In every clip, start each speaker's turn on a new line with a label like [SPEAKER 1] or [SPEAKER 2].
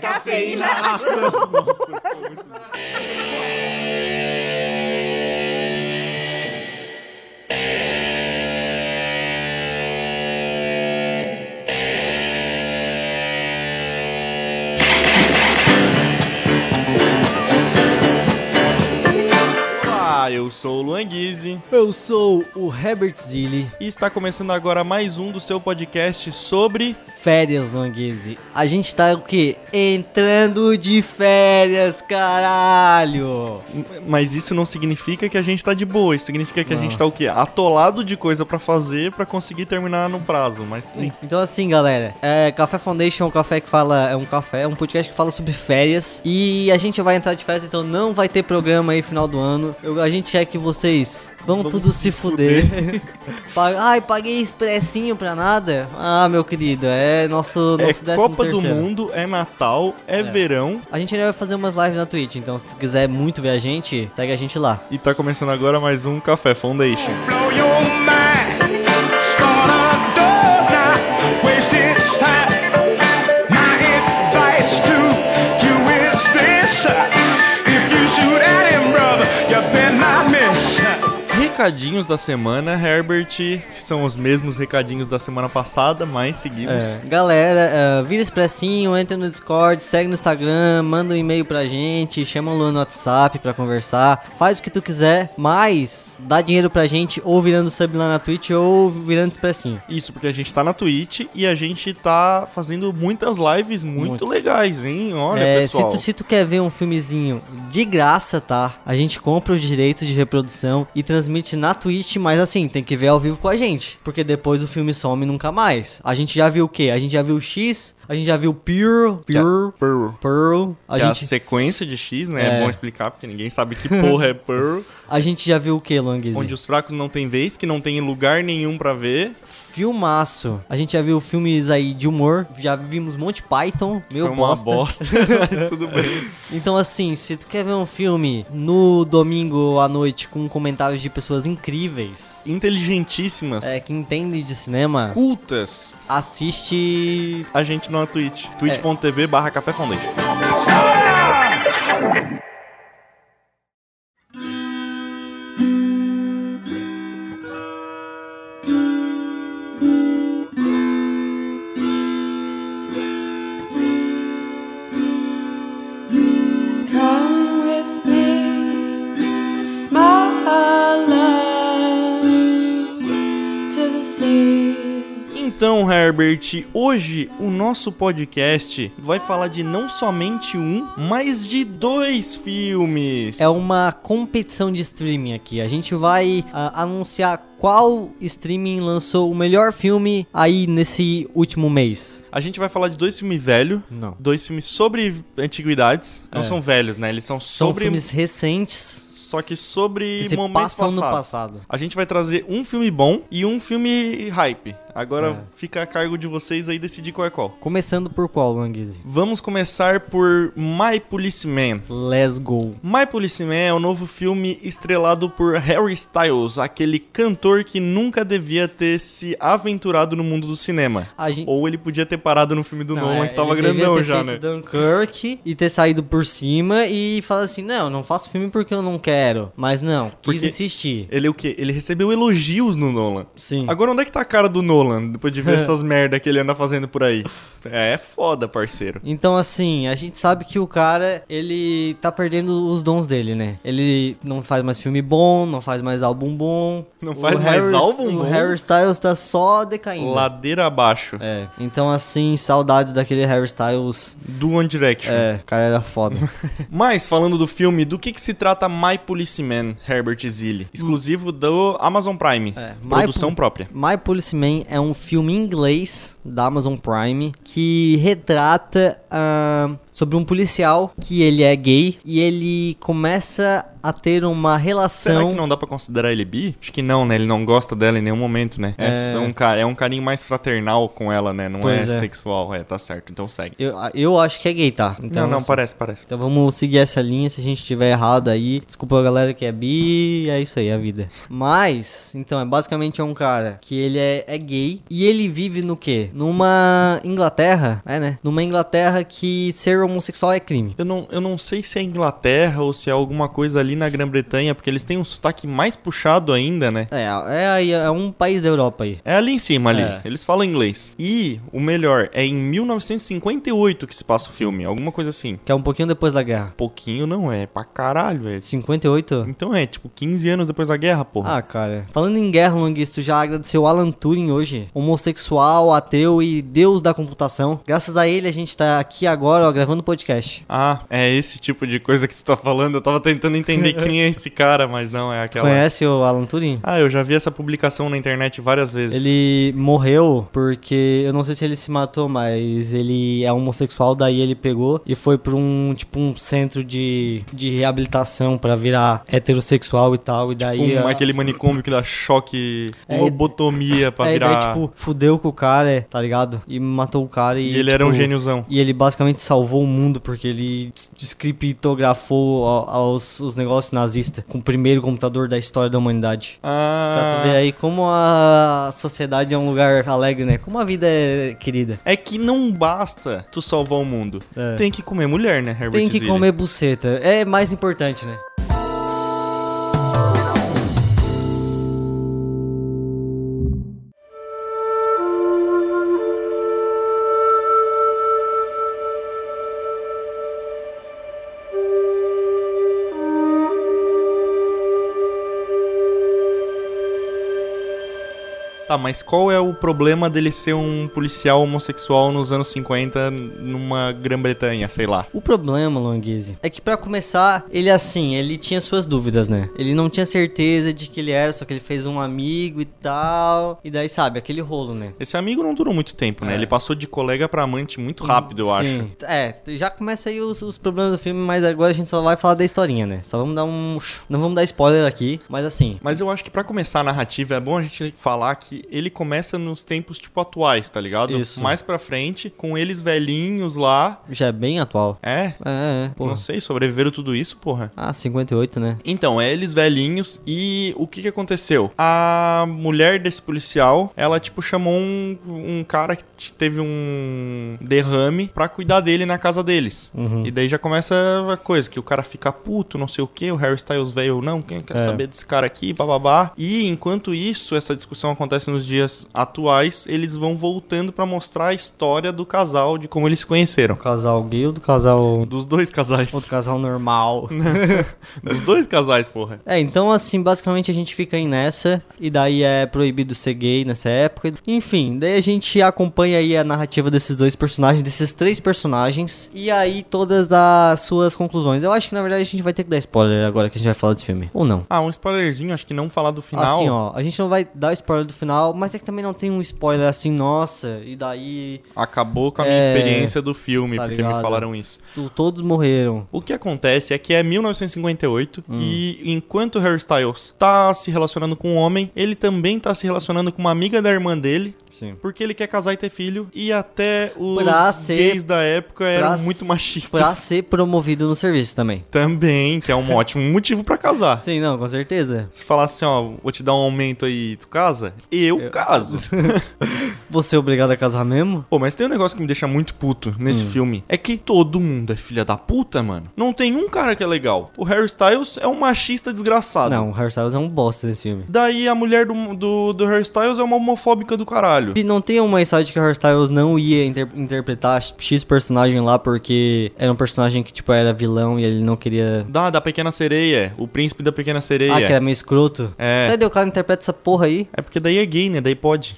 [SPEAKER 1] cafeína.
[SPEAKER 2] Nossa, foi muito...
[SPEAKER 3] Olá, eu sou o Luan Guizzi
[SPEAKER 4] Eu sou o Herbert Zilli,
[SPEAKER 3] e está começando agora mais um do seu podcast sobre.
[SPEAKER 4] férias longuese. A gente tá o quê? Entrando de férias, caralho!
[SPEAKER 3] Mas isso não significa que a gente tá de boa, isso significa que a gente tá o quê? Atolado de coisa pra fazer pra conseguir terminar no prazo, mas tem.
[SPEAKER 4] Então assim, galera, é, Café Foundation é um café que fala, é um café, é um podcast que fala sobre férias e a gente vai entrar de férias, então não vai ter programa aí final do ano. Eu- a gente quer que vocês vão
[SPEAKER 3] Vamos
[SPEAKER 4] tudo se fuder. Pa- Ai, paguei expressinho pra nada? Ah, meu querido, é nosso
[SPEAKER 3] É
[SPEAKER 4] nosso décimo
[SPEAKER 3] Copa do
[SPEAKER 4] terceiro.
[SPEAKER 3] Mundo, é Natal, é, verão
[SPEAKER 4] A gente ainda vai fazer umas lives na Twitch, então se tu quiser muito ver a gente, segue a gente lá.
[SPEAKER 3] e tá começando agora mais um Café Foundation.
[SPEAKER 2] Blow your mind. Start a does not waste its time. My advice to you is this. If you shoot at him, brother, you better not miss.
[SPEAKER 3] Recadinhos da semana, Herbert, que são os mesmos recadinhos da semana passada, mas seguimos.
[SPEAKER 4] É. Galera, eh, vira expressinho, entra no Discord, segue no Instagram, manda um e-mail pra gente, chama o Luan no WhatsApp pra conversar, faz o que tu quiser, mas dá dinheiro pra gente ou virando sub lá na Twitch ou virando expressinho.
[SPEAKER 3] Isso, porque a gente tá na Twitch e a gente tá fazendo muitas lives muito
[SPEAKER 4] Muitas.
[SPEAKER 3] legais, hein? Olha,
[SPEAKER 4] Eh, se,
[SPEAKER 3] pessoal.
[SPEAKER 4] tu, se tu quer ver um filmezinho de graça, tá? A gente compra os direitos de reprodução e transmite na Twitch, mas assim, tem que ver ao vivo com a gente. Porque depois o filme some nunca mais. A gente já viu o quê? A gente já viu o X, a gente já viu Pure,
[SPEAKER 3] Que a-
[SPEAKER 4] Pure,
[SPEAKER 3] Pearl.
[SPEAKER 4] Pearl, a
[SPEAKER 3] Que é
[SPEAKER 4] gente...
[SPEAKER 3] a sequência de X, né? É. bom explicar, porque ninguém sabe que porra é Pearl.
[SPEAKER 4] A gente já viu o que, Longuiz?
[SPEAKER 3] onde os fracos não têm vez, que não tem lugar nenhum pra ver.
[SPEAKER 4] Filmaço. A gente já viu filmes aí de humor, já vimos Monty Python, meu
[SPEAKER 3] Foi uma
[SPEAKER 4] bosta.
[SPEAKER 3] bosta, mas tudo bem.
[SPEAKER 4] Então assim, se tu quer ver um filme no domingo à noite com comentários de pessoas incríveis,
[SPEAKER 3] Inteligentíssimas,
[SPEAKER 4] é, que entendem de cinema,
[SPEAKER 3] cultas.
[SPEAKER 4] assiste...
[SPEAKER 3] A gente não na Twitch.
[SPEAKER 4] É.
[SPEAKER 3] twitch.tv barra Café Foundation.
[SPEAKER 5] Come with me, my love, to the sea.
[SPEAKER 3] Então, Herbert, hoje o nosso podcast vai falar de não somente um, mas de dois filmes.
[SPEAKER 4] É uma competição de streaming aqui. A gente vai ah, anunciar qual streaming lançou o melhor filme aí nesse último mês.
[SPEAKER 3] A gente vai falar de dois filmes velhos,
[SPEAKER 4] Não. É.
[SPEAKER 3] dois filmes sobre antiguidades. Não são velhos, né? Eles são,
[SPEAKER 4] São
[SPEAKER 3] sobre.
[SPEAKER 4] filmes recentes
[SPEAKER 3] Só que sobre
[SPEAKER 4] que se
[SPEAKER 3] momentos
[SPEAKER 4] passam
[SPEAKER 3] passados.
[SPEAKER 4] no passado.
[SPEAKER 3] A gente vai trazer um filme bom e um filme hype. Agora
[SPEAKER 4] É.
[SPEAKER 3] fica a cargo de vocês aí decidir qual é qual.
[SPEAKER 4] Começando por qual, Languise?
[SPEAKER 3] Vamos começar por My Policeman.
[SPEAKER 4] Let's go.
[SPEAKER 3] My Policeman é o novo filme estrelado por Harry Styles, aquele cantor que nunca devia ter se aventurado no mundo do cinema.
[SPEAKER 4] A gente...
[SPEAKER 3] Ou ele podia ter parado no filme do
[SPEAKER 4] Não,
[SPEAKER 3] Nolan,
[SPEAKER 4] é,
[SPEAKER 3] que tava
[SPEAKER 4] ele devia
[SPEAKER 3] grandão
[SPEAKER 4] ter
[SPEAKER 3] já,
[SPEAKER 4] feito
[SPEAKER 3] né?
[SPEAKER 4] Dunkirk e ter saído por cima e falar assim: não, não faço filme porque eu não quero. Mas não, quis
[SPEAKER 3] Porque-
[SPEAKER 4] insistir.
[SPEAKER 3] Ele o quê? Ele recebeu elogios no Nolan.
[SPEAKER 4] Sim.
[SPEAKER 3] Agora, onde é que tá a cara do Nolan, depois de ver essas merda que ele anda fazendo por aí? É foda, parceiro.
[SPEAKER 4] Então, assim, a gente sabe que o cara, ele tá perdendo os dons dele, né? Ele não faz mais filme bom, não faz mais álbum bom.
[SPEAKER 3] Não
[SPEAKER 4] O
[SPEAKER 3] faz mais álbum
[SPEAKER 4] o
[SPEAKER 3] bom?
[SPEAKER 4] Harry Styles tá só decaindo.
[SPEAKER 3] Ladeira abaixo
[SPEAKER 4] É. Então, assim, saudades daquele Harry Styles.
[SPEAKER 3] do One Direction.
[SPEAKER 4] É, o cara era foda.
[SPEAKER 3] Mas, falando do filme, do que, que se trata My Policeman, Herbert Zilli? Exclusivo do Amazon Prime.
[SPEAKER 4] Hum. É, My
[SPEAKER 3] produção
[SPEAKER 4] Pol-
[SPEAKER 3] própria.
[SPEAKER 4] My Policeman é um filme inglês da Amazon Prime que retrata ah, sobre um policial que ele é gay e ele começa a ter uma
[SPEAKER 3] Será
[SPEAKER 4] relação.
[SPEAKER 3] que não dá pra considerar ele bi? Acho que não, né? Ele não gosta dela em nenhum momento, né? É, só um, ca- é um carinho mais fraternal com ela, né? Não é,
[SPEAKER 4] Pois é.
[SPEAKER 3] sexual. É, tá certo. Então segue.
[SPEAKER 4] Eu, eu acho que é gay, tá? Então,
[SPEAKER 3] não, não,
[SPEAKER 4] assim,
[SPEAKER 3] parece, parece.
[SPEAKER 4] Então vamos seguir essa linha, se a gente tiver errado aí, desculpa a galera que é bi, é isso aí, é a vida. Mas, então, é basicamente é um cara que ele é, é gay e ele vive no quê? Numa Inglaterra, é né? Numa Inglaterra que ser ser homossexual é crime.
[SPEAKER 3] Eu não, eu não sei se é Inglaterra ou se é alguma coisa ali na Grã-Bretanha, porque eles têm um sotaque mais puxado ainda, né?
[SPEAKER 4] É, é, aí, é um país da Europa aí.
[SPEAKER 3] É ali em cima, ali.
[SPEAKER 4] É.
[SPEAKER 3] Eles falam inglês. E o melhor, é em 1958 que se passa o filme, alguma coisa assim.
[SPEAKER 4] Que é um pouquinho depois da guerra.
[SPEAKER 3] Pouquinho não é, pra caralho, é.
[SPEAKER 4] 58?
[SPEAKER 3] Então é, tipo, 15 anos depois da guerra, porra.
[SPEAKER 4] Ah, cara. Falando em guerra, Longuis, tu já agradeceu Alan Turing hoje? Homossexual, ateu e deus da computação. Graças a ele a gente tá aqui agora, ó, gravando podcast.
[SPEAKER 3] Ah, é esse tipo de coisa que tu tá falando. Eu tava tentando entender quem é esse cara, mas não, é aquela.
[SPEAKER 4] Conhece o Alan Turing?
[SPEAKER 3] Ah, eu já vi essa publicação na internet várias vezes.
[SPEAKER 4] Ele morreu porque eu não sei se ele se matou, mas ele é homossexual, daí ele pegou e foi pra um tipo um centro de, de reabilitação pra virar heterossexual e tal, e daí
[SPEAKER 3] Um,
[SPEAKER 4] a-
[SPEAKER 3] aquele manicômio que dá choque,
[SPEAKER 4] É,
[SPEAKER 3] lobotomia pra
[SPEAKER 4] é,
[SPEAKER 3] virar.
[SPEAKER 4] daí tipo fudeu com o cara, é, tá ligado? E matou o cara e
[SPEAKER 3] e ele era um
[SPEAKER 4] tipo,
[SPEAKER 3] gêniozão.
[SPEAKER 4] E ele basicamente salvou o mundo porque ele des- descriptografou a- aos, os negócios nazistas com o primeiro computador da história da humanidade. Pra tu ver
[SPEAKER 3] Ah.
[SPEAKER 4] aí como a sociedade é um lugar alegre, né? Como a vida é querida.
[SPEAKER 3] É que não basta tu salvar o mundo.
[SPEAKER 4] É.
[SPEAKER 3] Tem que comer mulher, né, Herbert
[SPEAKER 4] Tem que
[SPEAKER 3] Zilli?
[SPEAKER 4] comer buceta. É mais importante, né?
[SPEAKER 3] Tá, mas qual é o problema dele ser um policial homossexual nos anos 50 numa Grã-Bretanha, sei lá?
[SPEAKER 4] O problema, Longuise, é que pra começar, ele assim, ele tinha suas dúvidas, né? Ele não tinha certeza de que ele era, só que ele fez um amigo e tal. E daí, sabe, aquele rolo, né?
[SPEAKER 3] Esse amigo não durou muito tempo, né?
[SPEAKER 4] É.
[SPEAKER 3] Ele passou de colega pra amante muito rápido, eu acho.
[SPEAKER 4] É, já começa aí os, os problemas do filme, mas agora a gente só vai falar da historinha, né? Só vamos dar um. Não vamos dar spoiler aqui, mas assim.
[SPEAKER 3] Mas eu acho que pra começar a narrativa é bom a gente falar que ele começa nos tempos tipo atuais, tá ligado?
[SPEAKER 4] Isso.
[SPEAKER 3] Mais pra frente, com eles velhinhos lá.
[SPEAKER 4] Já é bem atual.
[SPEAKER 3] É?
[SPEAKER 4] É, é, porra.
[SPEAKER 3] Não sei, sobreviveram tudo isso, porra.
[SPEAKER 4] Ah, 58, né?
[SPEAKER 3] Então, é eles velhinhos e o que que aconteceu? A mulher desse policial, ela tipo chamou um, um cara que t- teve um derrame pra cuidar dele na casa deles.
[SPEAKER 4] Uhum.
[SPEAKER 3] E daí já começa a coisa, que o cara fica puto, não sei o que, o Harry Styles veio ou não, quem quer
[SPEAKER 4] É.
[SPEAKER 3] saber desse cara aqui, bababá. E enquanto isso, essa discussão acontece nos dias atuais, eles vão voltando pra mostrar a história do casal, de como eles se conheceram.
[SPEAKER 4] Do casal gay ou do casal.
[SPEAKER 3] Dos dois casais.
[SPEAKER 4] Outro casal normal.
[SPEAKER 3] Dos dois casais, porra.
[SPEAKER 4] É, então assim, basicamente a gente fica aí nessa, e daí é proibido ser gay nessa época. Enfim, daí a gente acompanha aí a narrativa desses dois personagens, desses três personagens, e aí todas as suas conclusões. Eu acho que na verdade a gente vai ter que dar spoiler agora que a gente vai falar desse filme, ou não.
[SPEAKER 3] Ah, um spoilerzinho, acho que não falar do final.
[SPEAKER 4] Assim, ó, a gente não vai dar spoiler do final, mas é que também não tem um spoiler assim, nossa, e daí
[SPEAKER 3] Acabou com a minha
[SPEAKER 4] É,
[SPEAKER 3] experiência do filme,
[SPEAKER 4] tá
[SPEAKER 3] porque me
[SPEAKER 4] ligado.
[SPEAKER 3] falaram isso.
[SPEAKER 4] tu- todos morreram.
[SPEAKER 3] O que acontece é que é 1958
[SPEAKER 4] Hum.
[SPEAKER 3] e enquanto o Harry Styles tá se relacionando com um homem, ele também tá se relacionando com uma amiga da irmã dele,
[SPEAKER 4] Sim.
[SPEAKER 3] porque ele quer casar e ter filho, e até os
[SPEAKER 4] Pra ser-
[SPEAKER 3] gays da época eram
[SPEAKER 4] Pra
[SPEAKER 3] muito
[SPEAKER 4] s-
[SPEAKER 3] machistas.
[SPEAKER 4] Pra ser promovido no serviço também.
[SPEAKER 3] Também, que é um ótimo motivo pra casar.
[SPEAKER 4] Sim, não, com certeza.
[SPEAKER 3] Se falar assim, ó, vou te dar um aumento aí, tu casa? Eu, caso.
[SPEAKER 4] Você é obrigado a casar mesmo?
[SPEAKER 3] Pô, mas tem um negócio que me deixa muito puto nesse
[SPEAKER 4] Hum.
[SPEAKER 3] filme. É que todo mundo é filha da puta, mano. Não tem um cara que é legal. O Harry Styles é um machista desgraçado.
[SPEAKER 4] Não, o Harry Styles é um bosta nesse filme.
[SPEAKER 3] Daí a mulher do, do, do Harry Styles é uma homofóbica do caralho.
[SPEAKER 4] E não tem uma história de que o Harry Styles não ia inter- interpretar X personagem lá porque era um personagem que, tipo, era vilão e ele não queria...
[SPEAKER 3] Da, da Pequena Sereia. O príncipe da Pequena Sereia.
[SPEAKER 4] Ah, que era meio escroto.
[SPEAKER 3] É.
[SPEAKER 4] Até daí o cara interpreta essa porra aí.
[SPEAKER 3] É porque daí é gay, né? Daí pode.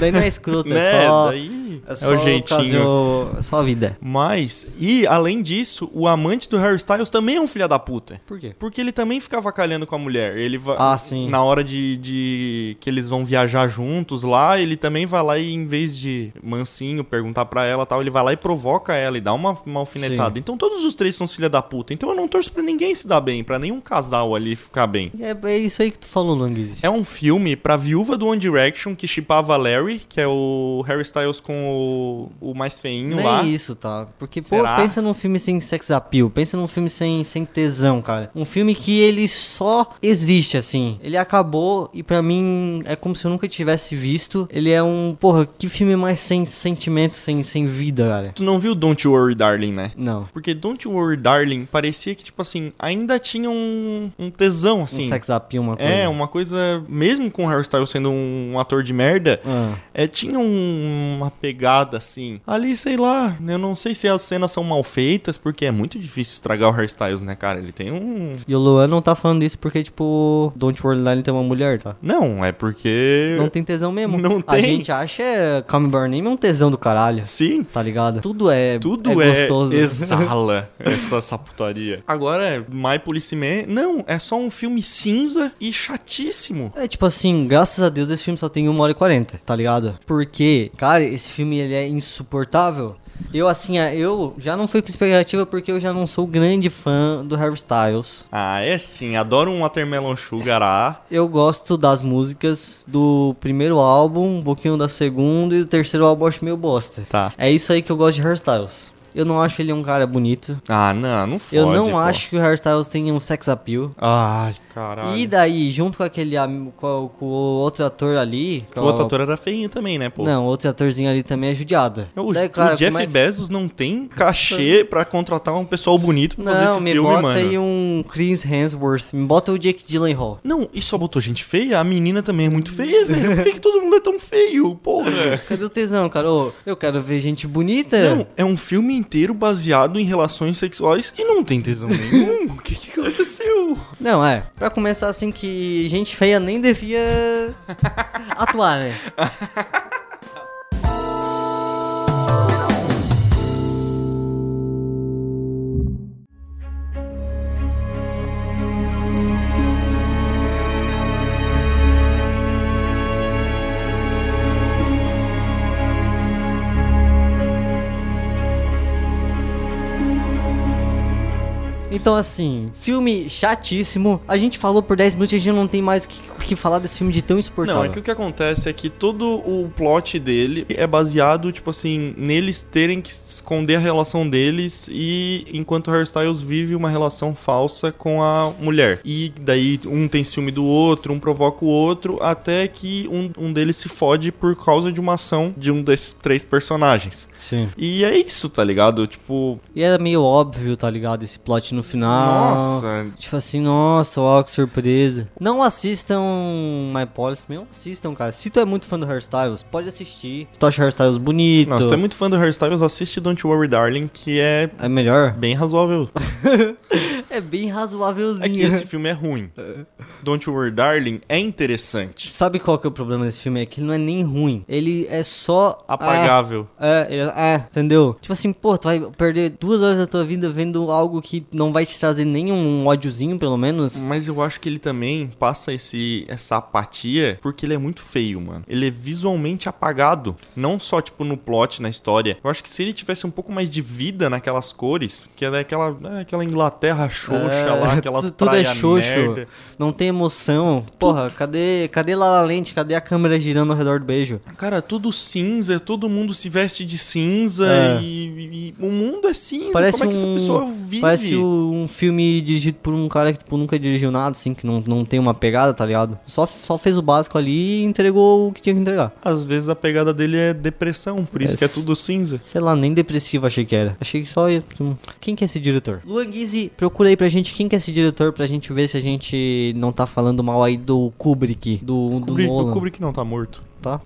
[SPEAKER 4] Daí não é escroto,
[SPEAKER 3] né?
[SPEAKER 4] é só...
[SPEAKER 3] Daí
[SPEAKER 4] É, só o ocasião- É só a vida.
[SPEAKER 3] Mas, e além disso, o amante do Harry Styles também é um filha da puta.
[SPEAKER 4] Por quê?
[SPEAKER 3] Porque ele também ficava calhando com a mulher. Ele va-
[SPEAKER 4] Ah, sim.
[SPEAKER 3] Na hora de, de que eles vão viajar juntos lá, ele também vai lá e, em vez de mansinho perguntar pra ela e tal, ele vai lá e provoca ela e dá uma, uma alfinetada.
[SPEAKER 4] Sim.
[SPEAKER 3] Então todos os três são filha da puta. Então eu não torço pra ninguém se dar bem, pra nenhum casal ali ficar bem.
[SPEAKER 4] É, é isso aí que tu falou, Longuizzi.
[SPEAKER 3] É um filme pra viúva do One Direction que chipava Larry, que é o Harry Styles com o, o mais feinho
[SPEAKER 4] Nem
[SPEAKER 3] lá.
[SPEAKER 4] isso, tá? Porque, pô,
[SPEAKER 3] um Será?
[SPEAKER 4] pensa num filme sem sex appeal, pensa num filme sem, sem tesão, cara. Um filme que ele só existe, assim. Ele acabou e pra mim é como se eu nunca tivesse visto. Ele é um, porra, que filme mais sem sentimento, sem, sem vida, cara.
[SPEAKER 3] Tu não viu Don't You Worry Darling, né?
[SPEAKER 4] Não.
[SPEAKER 3] Porque Don't You Worry Darling parecia que, tipo assim, ainda tinha um, um tesão,
[SPEAKER 4] Um
[SPEAKER 3] assim.
[SPEAKER 4] sex appeal, uma coisa.
[SPEAKER 3] é, uma coisa, mesmo com o Harry Styles sendo um ator de merda,
[SPEAKER 4] Ah.
[SPEAKER 3] é, tinha um- uma pegada assim. Ali, sei lá, eu não sei se as cenas são mal feitas, porque é muito difícil estragar o Harry Styles, né, cara? Ele tem um.
[SPEAKER 4] E o Luan não tá falando isso porque, tipo, Don't Worry Darling tem uma mulher, tá?
[SPEAKER 3] Não, é porque.
[SPEAKER 4] Não tem tesão mesmo.
[SPEAKER 3] Não
[SPEAKER 4] A
[SPEAKER 3] tem.
[SPEAKER 4] gente acha é, Calm Burn Name é um tesão do caralho.
[SPEAKER 3] Sim.
[SPEAKER 4] Tá ligado? Tudo é
[SPEAKER 3] Tudo é,
[SPEAKER 4] gostoso.
[SPEAKER 3] exala essa, essa putaria. Agora, é My Policeman, não, é só um filme cinza e chatíssimo.
[SPEAKER 4] É tipo assim, graças a Deus esse filme só tem 1 hora e 40, tá ligado? Porque, cara, esse filme ele é insuportável. Eu assim, ah, eu já não fui com expectativa porque eu já não sou grande fã do Harry Styles.
[SPEAKER 3] Ah, é sim, adoro um Watermelon Sugar, ah.
[SPEAKER 4] Eu gosto das músicas do primeiro álbum, um pouquinho da segunda e do terceiro álbum eu acho meio bosta.
[SPEAKER 3] Tá.
[SPEAKER 4] É isso aí que eu gosto de Harry Styles. Eu não acho ele um cara bonito.
[SPEAKER 3] Ah, não, não fode,
[SPEAKER 4] eu não
[SPEAKER 3] pô.
[SPEAKER 4] acho que o Harry Styles tenha um sex appeal.
[SPEAKER 3] Ai, caralho.
[SPEAKER 4] E daí, junto com aquele am- com, com o outro ator ali,
[SPEAKER 3] Então, O outro ator era feinho também, né, pô?
[SPEAKER 4] Não, outro atorzinho ali também é judiada.
[SPEAKER 3] O,
[SPEAKER 4] Daí,
[SPEAKER 3] o
[SPEAKER 4] cara,
[SPEAKER 3] Jeff
[SPEAKER 4] como é que-
[SPEAKER 3] Bezos não tem cachê pra contratar um pessoal bonito pra fazer
[SPEAKER 4] Não,
[SPEAKER 3] esse
[SPEAKER 4] me
[SPEAKER 3] filme,
[SPEAKER 4] bota
[SPEAKER 3] mano.
[SPEAKER 4] aí um Chris Hemsworth, me bota o Jake Gyllenhaal.
[SPEAKER 3] Não, e só botou gente feia? A menina também é muito feia, velho. Por que, que todo mundo é tão feio, porra?
[SPEAKER 4] Cadê o tesão, cara? Ô, eu quero ver gente bonita.
[SPEAKER 3] Não, é um filme inteiro baseado em relações sexuais e não tem tesão nenhum. O que, que aconteceu?
[SPEAKER 4] Não, é. Pra começar assim que gente feia nem devia atuar, né? Então, assim, filme chatíssimo. A gente falou por 10 minutos e a gente não tem mais o que, o que falar desse filme de tão insuportável.
[SPEAKER 3] Não, é que o que acontece é que todo o plot dele é baseado, tipo assim, neles terem que esconder a relação deles e enquanto o Hairstyles vive uma relação falsa com a mulher. E daí um tem ciúme do outro, um provoca o outro, até que um, um deles se fode por causa de uma ação de um desses três personagens.
[SPEAKER 4] Sim.
[SPEAKER 3] E é isso, tá ligado? Tipo,
[SPEAKER 4] E era meio óbvio, tá ligado? Esse plot no final.
[SPEAKER 3] nossa,
[SPEAKER 4] Tipo assim, nossa, ó, que surpresa. Não assistam My Policeman, não assistam, cara. Se tu é muito fã do Hairstyles, pode assistir. Se tu acha Hairstyles bonito,
[SPEAKER 3] Não, se tu é muito fã do Hairstyles, assiste Don't Worry Darling, que é
[SPEAKER 4] é melhor.
[SPEAKER 3] bem razoável.
[SPEAKER 4] É bem
[SPEAKER 3] É que
[SPEAKER 4] razoávelzinho.
[SPEAKER 3] esse filme é ruim. Don't Worry Darling é interessante.
[SPEAKER 4] Sabe qual que é o problema desse filme? É que ele não é nem ruim. Ele é só...
[SPEAKER 3] Apagável.
[SPEAKER 4] É, ele- é, entendeu? Tipo assim, pô, tu vai perder duas horas da tua vida vendo algo que não vai te trazer nenhum ódiozinho, pelo menos.
[SPEAKER 3] Mas eu acho que ele também passa esse, essa apatia porque ele é muito feio, mano. Ele é visualmente apagado. Não só, tipo, no plot, na história. Eu acho que se ele tivesse um pouco mais de vida naquelas cores, que é aquela, é aquela Inglaterra xoxa lá, aquelas
[SPEAKER 4] tu- tudo é
[SPEAKER 3] praias
[SPEAKER 4] xoxo,
[SPEAKER 3] merda.
[SPEAKER 4] não tem emoção. Porra, cadê, cadê lá a lente? Cadê a câmera girando ao redor do beijo?
[SPEAKER 3] Cara, tudo cinza, todo mundo se veste de cinza
[SPEAKER 4] É.
[SPEAKER 3] e, e- e o mundo é cinza.
[SPEAKER 4] Parece
[SPEAKER 3] Como é que
[SPEAKER 4] um-
[SPEAKER 3] essa pessoa vive?
[SPEAKER 4] Parece o- um filme dirigido por um cara que tipo, nunca dirigiu nada, assim, que não, não tem uma pegada, tá ligado? Só, só fez o básico ali e entregou o que tinha que entregar.
[SPEAKER 3] Às vezes a pegada dele é depressão, por isso
[SPEAKER 4] É
[SPEAKER 3] que é
[SPEAKER 4] s-
[SPEAKER 3] tudo cinza.
[SPEAKER 4] Sei lá, nem depressivo achei que era. Achei que só. ia- hum. Quem que é esse diretor? Luan Guizzi, procura aí pra gente quem que é esse diretor pra gente ver se a gente não tá falando mal aí do Kubrick, do, do
[SPEAKER 3] Kubrick,
[SPEAKER 4] Nolan,
[SPEAKER 3] o Kubrick não tá morto.
[SPEAKER 4] tá?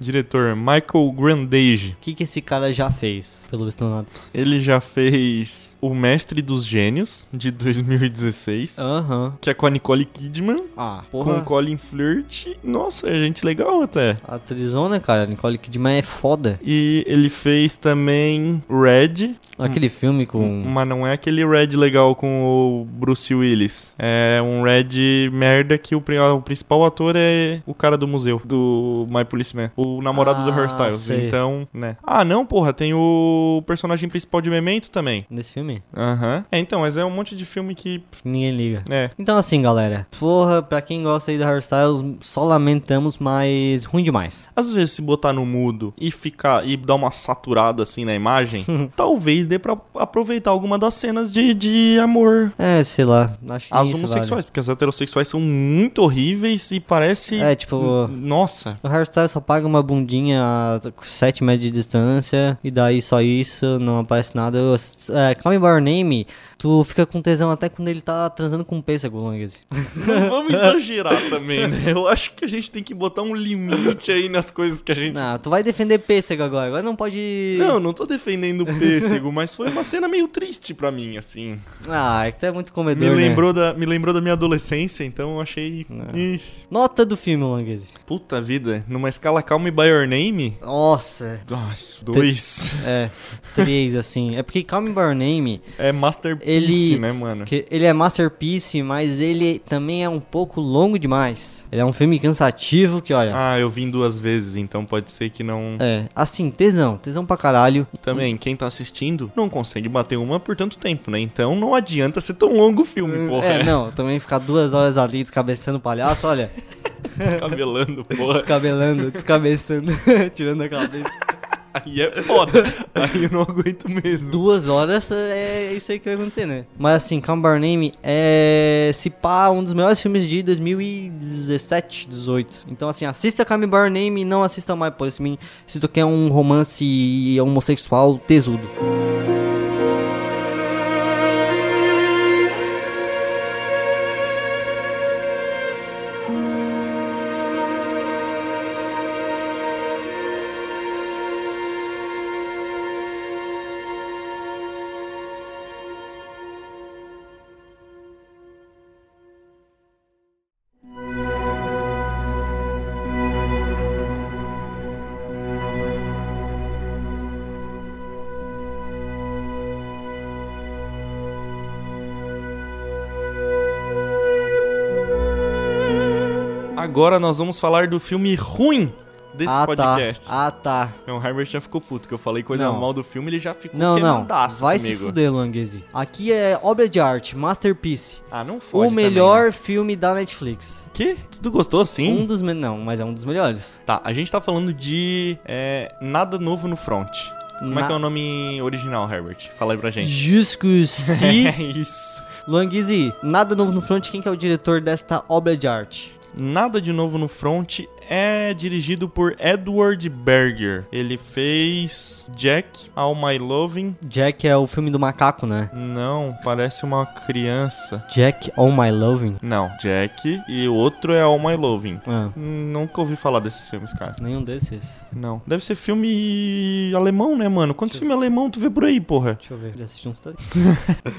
[SPEAKER 3] Diretor Michael Grandage.
[SPEAKER 4] O que que esse cara já fez? Pelo visto, não nada.
[SPEAKER 3] Ele já fez O Mestre dos Gênios, de 2016.
[SPEAKER 4] Aham.
[SPEAKER 3] Que é com a Nicole Kidman,
[SPEAKER 4] Ah,
[SPEAKER 3] com
[SPEAKER 4] porra.
[SPEAKER 3] o Colin Flirt. Nossa, é gente legal até.
[SPEAKER 4] A né, Atrizona, cara, Nicole Kidman é foda.
[SPEAKER 3] E ele fez também Red,
[SPEAKER 4] Aquele filme com.
[SPEAKER 3] Mas não é aquele Red legal com o Bruce Willis. É um Red merda que o, pri- o principal ator é o cara do museu, do My Policeman. O namorado do
[SPEAKER 4] Ah,
[SPEAKER 3] Hairstyles.
[SPEAKER 4] sei.
[SPEAKER 3] Então, né. Ah, não, porra, tem o personagem principal de Memento também.
[SPEAKER 4] Nesse filme?
[SPEAKER 3] Aham. É, então, mas é um monte de filme que.
[SPEAKER 4] Ninguém liga.
[SPEAKER 3] É.
[SPEAKER 4] Então assim, galera. Porra, pra quem gosta aí do hairstyles, só lamentamos, mas ruim demais.
[SPEAKER 3] Às vezes, se botar no mudo e ficar e dar uma saturada assim na imagem, talvez dê pra aproveitar alguma das cenas de, de amor
[SPEAKER 4] É, sei lá. Acho que é
[SPEAKER 3] As
[SPEAKER 4] isso
[SPEAKER 3] homossexuais,
[SPEAKER 4] vale.
[SPEAKER 3] porque as heterossexuais são muito horríveis e parece.
[SPEAKER 4] É, tipo-
[SPEAKER 3] N- Nossa.
[SPEAKER 4] O hairstyle só paga uma bundinha a 7 metros de distância, e daí só isso, não aparece nada. Eu- É, Call Me By Your Name, tu fica com tesão até quando ele tá transando com um pêssego, Longas.
[SPEAKER 3] Não vamos exagerar também, né? Eu acho que a gente tem que botar um limite aí nas coisas que a gente.
[SPEAKER 4] Não, tu vai defender pêssego agora, agora não pode...
[SPEAKER 3] Não, não tô defendendo o pêssego, mas foi uma cena meio triste pra mim, assim.
[SPEAKER 4] Ah, é que tu é muito comedor,
[SPEAKER 3] Me
[SPEAKER 4] né?
[SPEAKER 3] lembrou, da, me lembrou da minha adolescência, então eu achei. Ih,
[SPEAKER 4] Nota do filme, Longuese.
[SPEAKER 3] puta vida, numa escala Calm Me By Your Name?
[SPEAKER 4] Nossa,
[SPEAKER 3] Ai, dois.
[SPEAKER 4] é, três, assim. É porque Call Me By Your Name,
[SPEAKER 3] É Masterpiece,
[SPEAKER 4] Ele-
[SPEAKER 3] né, mano?
[SPEAKER 4] que ele é masterpiece, mas ele também é um pouco longo demais. Ele é um filme cansativo que, olha...
[SPEAKER 3] Ah, eu vim duas vezes, então pode ser que não.
[SPEAKER 4] É, assim, tesão, tesão pra caralho.
[SPEAKER 3] Também, quem tá assistindo não consegue bater uma por tanto tempo, né? Então não adianta ser tão longo o filme, porra.
[SPEAKER 4] É, não, também ficar duas horas ali descabeçando o palhaço, olha.
[SPEAKER 3] Descabelando, porra.
[SPEAKER 4] Descabelando, descabeçando, tirando a cabeça.
[SPEAKER 3] Aí é foda. Aí eu não aguento mesmo.
[SPEAKER 4] Duas horas é isso aí que vai acontecer, né? Mas assim, Calm By Your Name é, se pá, um dos melhores filmes de 2017, 18. Então assim, assista Calm By Your Name e não assista mais assim, por mim se tu quer um romance homossexual tesudo.
[SPEAKER 3] Agora nós vamos falar do filme ruim desse
[SPEAKER 4] ah
[SPEAKER 3] podcast.
[SPEAKER 4] tá, ah tá.
[SPEAKER 3] Não, o Herbert já ficou puto, que eu falei coisa
[SPEAKER 4] Não.
[SPEAKER 3] mal do filme, ele já ficou
[SPEAKER 4] Não, não,
[SPEAKER 3] queimadaço
[SPEAKER 4] vai se
[SPEAKER 3] comigo.
[SPEAKER 4] fuder, Languese. Aqui é obra de arte, masterpiece.
[SPEAKER 3] Ah, não foi.
[SPEAKER 4] O melhor filme da Netflix.
[SPEAKER 3] Que? Tu gostou, sim?
[SPEAKER 4] Um dos me... Não, mas é um dos melhores.
[SPEAKER 3] Tá, a gente tá falando de é, Nada Novo no Front. Como é
[SPEAKER 4] Na-
[SPEAKER 3] que é o nome original, Herbert? Fala aí pra gente.
[SPEAKER 4] Juscusi.
[SPEAKER 3] É isso.
[SPEAKER 4] Languizzi, nada novo no front, quem que é o diretor desta obra de arte?
[SPEAKER 3] Nada de Novo no Front é dirigido por Edward Berger. Ele fez Jack, All My Loving.
[SPEAKER 4] Jack é o filme do macaco, né?
[SPEAKER 3] Não, parece uma criança.
[SPEAKER 4] Jack All My Loving?
[SPEAKER 3] Não, Jack e o outro é All My Loving.
[SPEAKER 4] Ah,
[SPEAKER 3] Hum, Nunca ouvi falar desses filmes, cara.
[SPEAKER 4] nenhum desses.
[SPEAKER 3] Não. Deve ser filme alemão, né, mano? Quantos filmes alemão tu vê por aí, porra?
[SPEAKER 4] Deixa eu ver. Já assisti uns três?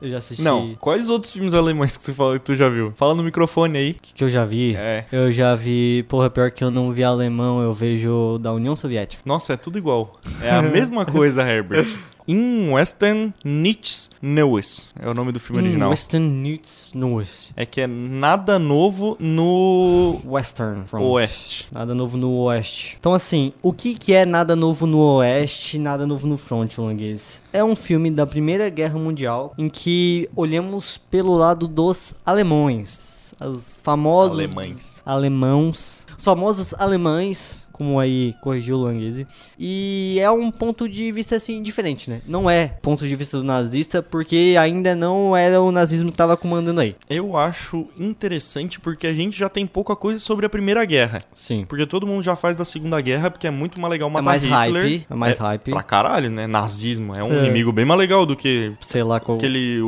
[SPEAKER 4] eu já assisti...
[SPEAKER 3] Não. Quais outros filmes alemães que tu, fala, que tu já viu? Fala no microfone aí.
[SPEAKER 4] O que, que eu já vi?
[SPEAKER 3] É.
[SPEAKER 4] Eu já vi... Porra, pior que eu não vi alemão, eu vejo da União Soviética.
[SPEAKER 3] Nossa, é tudo igual. É a mesma coisa, Herbert. In Western Nichts Neues é o nome do filme original.
[SPEAKER 4] Hum, Western News News.
[SPEAKER 3] É que é nada novo no
[SPEAKER 4] Western Front.
[SPEAKER 3] Oeste.
[SPEAKER 4] Nada novo no Oeste. Então, assim, o que, que é nada novo no Oeste, nada novo no Front, Longuês? É um filme da Primeira Guerra Mundial em que olhamos pelo lado dos alemães. Os famosos.
[SPEAKER 3] Alemães.
[SPEAKER 4] Alemãos. Os famosos alemães, como aí corrigiu o Languese. E é um ponto de vista, assim, diferente, né? Não é ponto de vista do nazista, porque ainda não era o nazismo que tava comandando aí.
[SPEAKER 3] Eu acho interessante porque a gente já tem pouca coisa sobre a Primeira Guerra.
[SPEAKER 4] Sim.
[SPEAKER 3] Porque todo mundo já faz da Segunda Guerra, porque é muito mais legal matar
[SPEAKER 4] É mais
[SPEAKER 3] Hitler.
[SPEAKER 4] hype, é mais hype.
[SPEAKER 3] Pra caralho, né? Nazismo. É um inimigo bem mais legal do que
[SPEAKER 4] Sei lá qual.
[SPEAKER 3] aquele...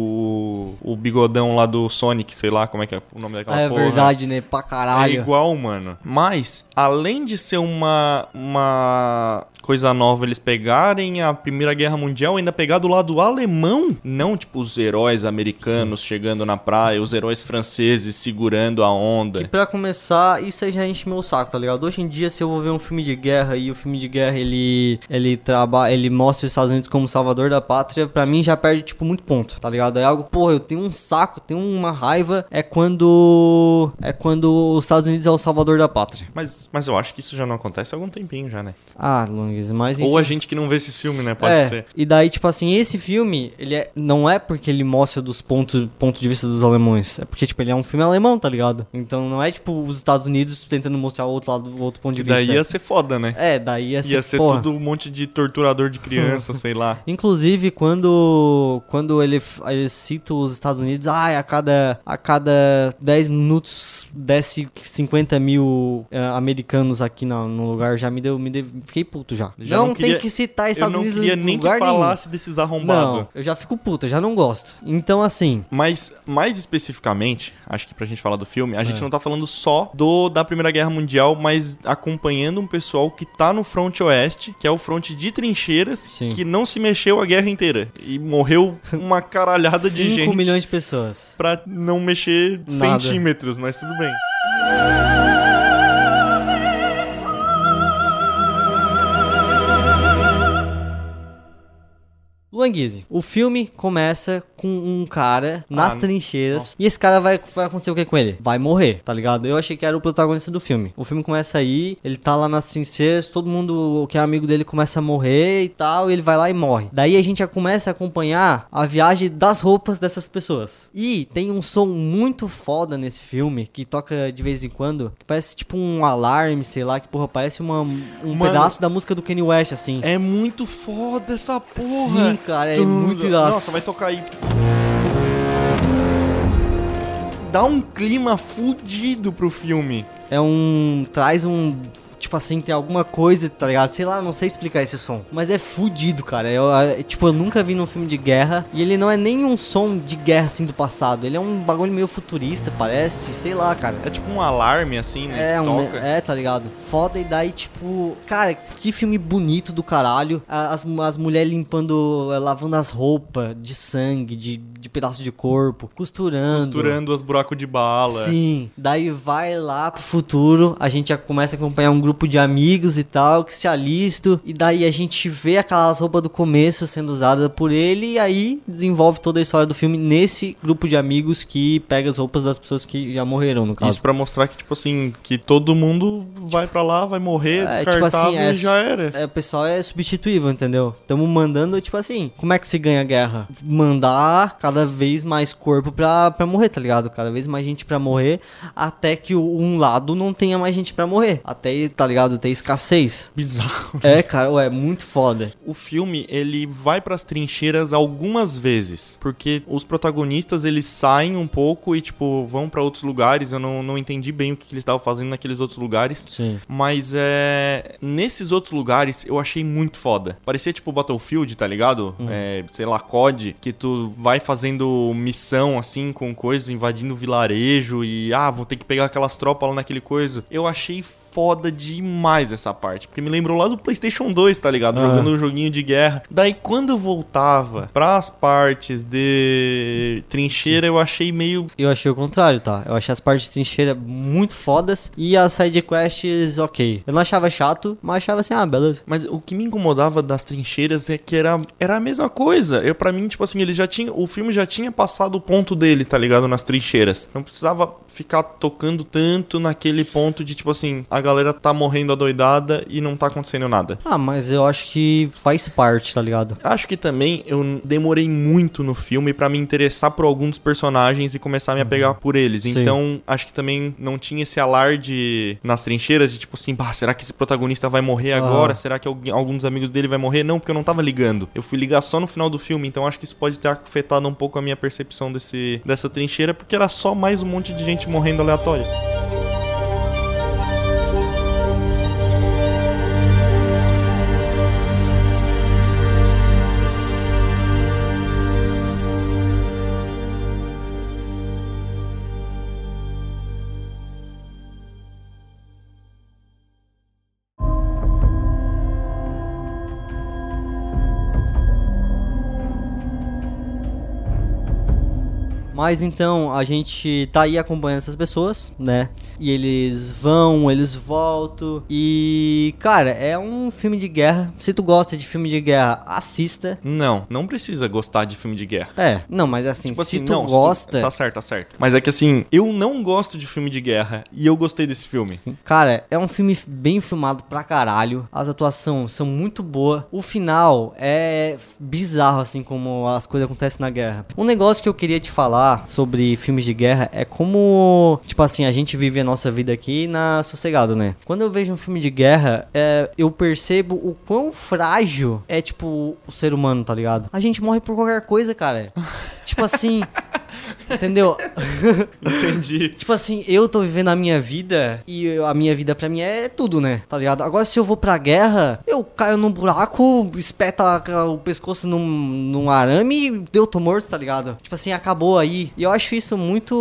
[SPEAKER 3] O, o, o bigodão lá do Sonic, sei lá como é que é o nome daquela
[SPEAKER 4] É
[SPEAKER 3] porra.
[SPEAKER 4] verdade, né? Pra
[SPEAKER 3] É
[SPEAKER 4] caralho.
[SPEAKER 3] igual, mano. Mas, além de ser uma, uma coisa nova eles pegarem a Primeira Guerra Mundial, ainda pegar do lado alemão, não tipo os heróis americanos chegando na praia, os heróis franceses segurando a onda.
[SPEAKER 4] Que pra começar, isso aí já enche meu saco, tá ligado? Hoje em dia, se eu vou ver um filme de guerra e o filme de guerra ele ele trabalha, ele mostra os Estados Unidos como salvador da pátria, pra mim já perde tipo muito ponto, tá ligado? É algo, porra, eu tenho um saco, tenho uma raiva, é quando é quando os Estados Unidos é o salvador da pátria.
[SPEAKER 3] Mas, mas eu acho que isso já não acontece há algum tempinho já, né?
[SPEAKER 4] Ah, Longues, mas
[SPEAKER 3] Ou a gente que não vê esses filmes, né? Pode
[SPEAKER 4] é,
[SPEAKER 3] ser.
[SPEAKER 4] E daí, tipo assim, esse filme, ele é- não é porque ele mostra dos pontos ponto de vista dos alemães. É porque, tipo, ele é um filme alemão, tá ligado? Então não é, tipo, os Estados Unidos tentando mostrar o outro lado, o outro ponto de
[SPEAKER 3] Que daí
[SPEAKER 4] vista.
[SPEAKER 3] ia ser foda, né?
[SPEAKER 4] É, daí ia ser,
[SPEAKER 3] Ia ser
[SPEAKER 4] porra.
[SPEAKER 3] tudo um monte de torturador de criança, sei lá.
[SPEAKER 4] Inclusive, quando, quando ele, f- ele cita os Estados Unidos, ai, a cada, a cada 10 minutos desce 50 mil eh, americanos aqui na- no lugar, já me deu, me deu- fiquei puto já.
[SPEAKER 3] Já
[SPEAKER 4] não
[SPEAKER 3] não queria-
[SPEAKER 4] tem que citar
[SPEAKER 3] Eu
[SPEAKER 4] Estados
[SPEAKER 3] não
[SPEAKER 4] Unidos
[SPEAKER 3] queria
[SPEAKER 4] em
[SPEAKER 3] nem que
[SPEAKER 4] lugar nenhum.
[SPEAKER 3] falasse um desses arrombados.
[SPEAKER 4] Não, eu já fico puta, já não gosto. Então, assim,
[SPEAKER 3] Mas, mais especificamente, acho que pra gente falar do filme, a
[SPEAKER 4] É.
[SPEAKER 3] gente não tá falando só do da Primeira Guerra Mundial, mas acompanhando um pessoal que tá no fronte oeste, que é o fronte de trincheiras,
[SPEAKER 4] Sim.
[SPEAKER 3] que não se mexeu a guerra inteira. E morreu uma caralhada
[SPEAKER 4] 5
[SPEAKER 3] de gente
[SPEAKER 4] milhões de pessoas.
[SPEAKER 3] pra não mexer
[SPEAKER 4] Nada.
[SPEAKER 3] centímetros, mas tudo bem.
[SPEAKER 4] Luan Guizzi, o filme começa com um cara nas
[SPEAKER 3] Ah,
[SPEAKER 4] trincheiras. E esse cara vai, vai acontecer o que com ele? Vai morrer, tá ligado? Eu achei que era o protagonista do filme. O filme começa aí, ele tá lá nas trincheiras, todo mundo que é amigo dele começa a morrer e tal, e ele vai lá e morre. Daí a gente já começa a acompanhar a viagem das roupas dessas pessoas. E tem um som muito foda nesse filme, que toca de vez em quando, que parece tipo um alarme, sei lá, que porra, parece uma, um
[SPEAKER 3] Mano,
[SPEAKER 4] pedaço da música do Kanye West, assim.
[SPEAKER 3] É muito foda essa porra.
[SPEAKER 4] Sim, cara, é muito irado.
[SPEAKER 3] Nossa, vai tocar aí. Dá um clima fudido pro filme.
[SPEAKER 4] É um. Traz um. Tipo assim, tem alguma coisa, tá ligado? Sei lá, não sei explicar esse som. Mas é fudido, cara. Eu, ah, tipo, eu nunca vi num filme de guerra. E ele não é nem um som de guerra assim do passado. Ele é um bagulho meio futurista, parece. Sei lá, cara.
[SPEAKER 3] É tipo um alarme, assim, né?
[SPEAKER 4] É,
[SPEAKER 3] que
[SPEAKER 4] um,
[SPEAKER 3] toca.
[SPEAKER 4] é, tá ligado? Foda e daí, tipo, cara, que filme bonito do caralho. A- As, as mulheres limpando, eh, lavando as roupas de sangue, de, de pedaço de corpo, costurando.
[SPEAKER 3] Costurando os buracos de bala.
[SPEAKER 4] Sim. Daí vai lá pro futuro, a gente já começa a acompanhar um grupo de amigos e tal, que se alistam, e daí a gente vê aquelas roupas do começo sendo usadas por ele, e aí desenvolve toda a história do filme nesse grupo de amigos que pega as roupas das pessoas que já morreram, no caso.
[SPEAKER 3] Isso pra mostrar que, tipo assim, que todo mundo vai pra lá, vai morrer,
[SPEAKER 4] É,
[SPEAKER 3] descartável e já era.
[SPEAKER 4] é, o pessoal é substituível, entendeu? Tamo mandando, tipo assim, como é que se ganha a guerra? Mandar cada vez mais corpo pra, pra morrer, tá ligado? Cada vez mais gente pra morrer, até que o- um lado não tenha mais gente pra morrer. Até, tá ligado? Ter escassez.
[SPEAKER 3] Bizarro.
[SPEAKER 4] É, cara, ué, muito foda.
[SPEAKER 3] O filme, ele vai pras trincheiras algumas vezes, porque os protagonistas, eles saem um pouco e, tipo, vão pra outros lugares. Eu não, não entendi bem o que, que eles estavam fazendo naqueles outros lugares.
[SPEAKER 4] Sim.
[SPEAKER 3] Mas é. Nesses outros lugares eu achei muito foda. Parecia tipo Battlefield, tá ligado? É, sei lá, COD, que tu vai fazendo missão assim com coisa, invadindo vilarejo e ah, vou ter que pegar aquelas tropas lá naquele coisa. Eu achei foda demais essa parte, porque me lembrou lá do PlayStation 2, tá ligado?
[SPEAKER 4] Ah.
[SPEAKER 3] Jogando um joguinho de guerra. Daí quando eu voltava pras partes de trincheira, eu achei meio
[SPEAKER 4] Eu achei o contrário, tá? Eu achei as partes de trincheira muito fodas e as side quests ok. Eu não achava chato, mas achava assim, ah, beleza.
[SPEAKER 3] Mas o que me incomodava das trincheiras é que era, era a mesma coisa. Eu para mim, tipo assim, ele já tinha, o filme já tinha passado o ponto dele, tá ligado, nas trincheiras. Não precisava ficar tocando tanto naquele ponto de tipo assim, a galera tá morrendo adoidada e não tá acontecendo nada.
[SPEAKER 4] Ah, mas eu acho que faz parte, tá ligado?
[SPEAKER 3] Acho que também eu demorei muito no filme pra me interessar por algum dos personagens e começar a me apegar por eles.
[SPEAKER 4] Sim.
[SPEAKER 3] Então, acho que também não tinha esse alarde nas trincheiras de tipo assim, bah, será que esse protagonista vai morrer
[SPEAKER 4] Ah.
[SPEAKER 3] agora? Será que alguém, algum dos amigos dele vai morrer? Não, porque eu não tava ligando. Eu fui ligar só no final do filme, então acho que isso pode ter afetado um pouco a minha percepção desse, dessa trincheira, porque era só mais um monte de gente morrendo aleatória.
[SPEAKER 4] Mas então a gente tá aí acompanhando essas pessoas, né? E eles vão, eles voltam. E, cara, é um filme de guerra. Se tu gosta de filme de guerra, assista.
[SPEAKER 3] Não, não precisa gostar de filme de guerra.
[SPEAKER 4] É, não, mas assim,
[SPEAKER 3] Tipo
[SPEAKER 4] se
[SPEAKER 3] assim,
[SPEAKER 4] tu
[SPEAKER 3] não,
[SPEAKER 4] gosta.
[SPEAKER 3] Tá certo, tá certo. Mas é que assim, eu não gosto de filme de guerra e eu gostei desse filme.
[SPEAKER 4] Cara, é um filme bem filmado pra caralho. As atuações são muito boas. O final é bizarro, assim, como as coisas acontecem na guerra. Um negócio que eu queria te falar sobre filmes de guerra é como, tipo assim, a gente vive a nossa vida aqui na sossegado, né? Quando eu vejo um filme de guerra, é, eu percebo o quão frágil é, tipo, o ser humano, tá ligado? A gente morre por qualquer coisa, cara. tipo assim. Entendeu?
[SPEAKER 3] Entendi.
[SPEAKER 4] Tipo assim, eu tô vivendo a minha vida e eu- a minha vida pra mim é tudo, né? Tá ligado? Agora se eu vou pra guerra, eu caio num buraco, espeta a- o pescoço num, num arame e eu tô morto, tá ligado? Tipo assim, acabou aí. E eu acho isso muito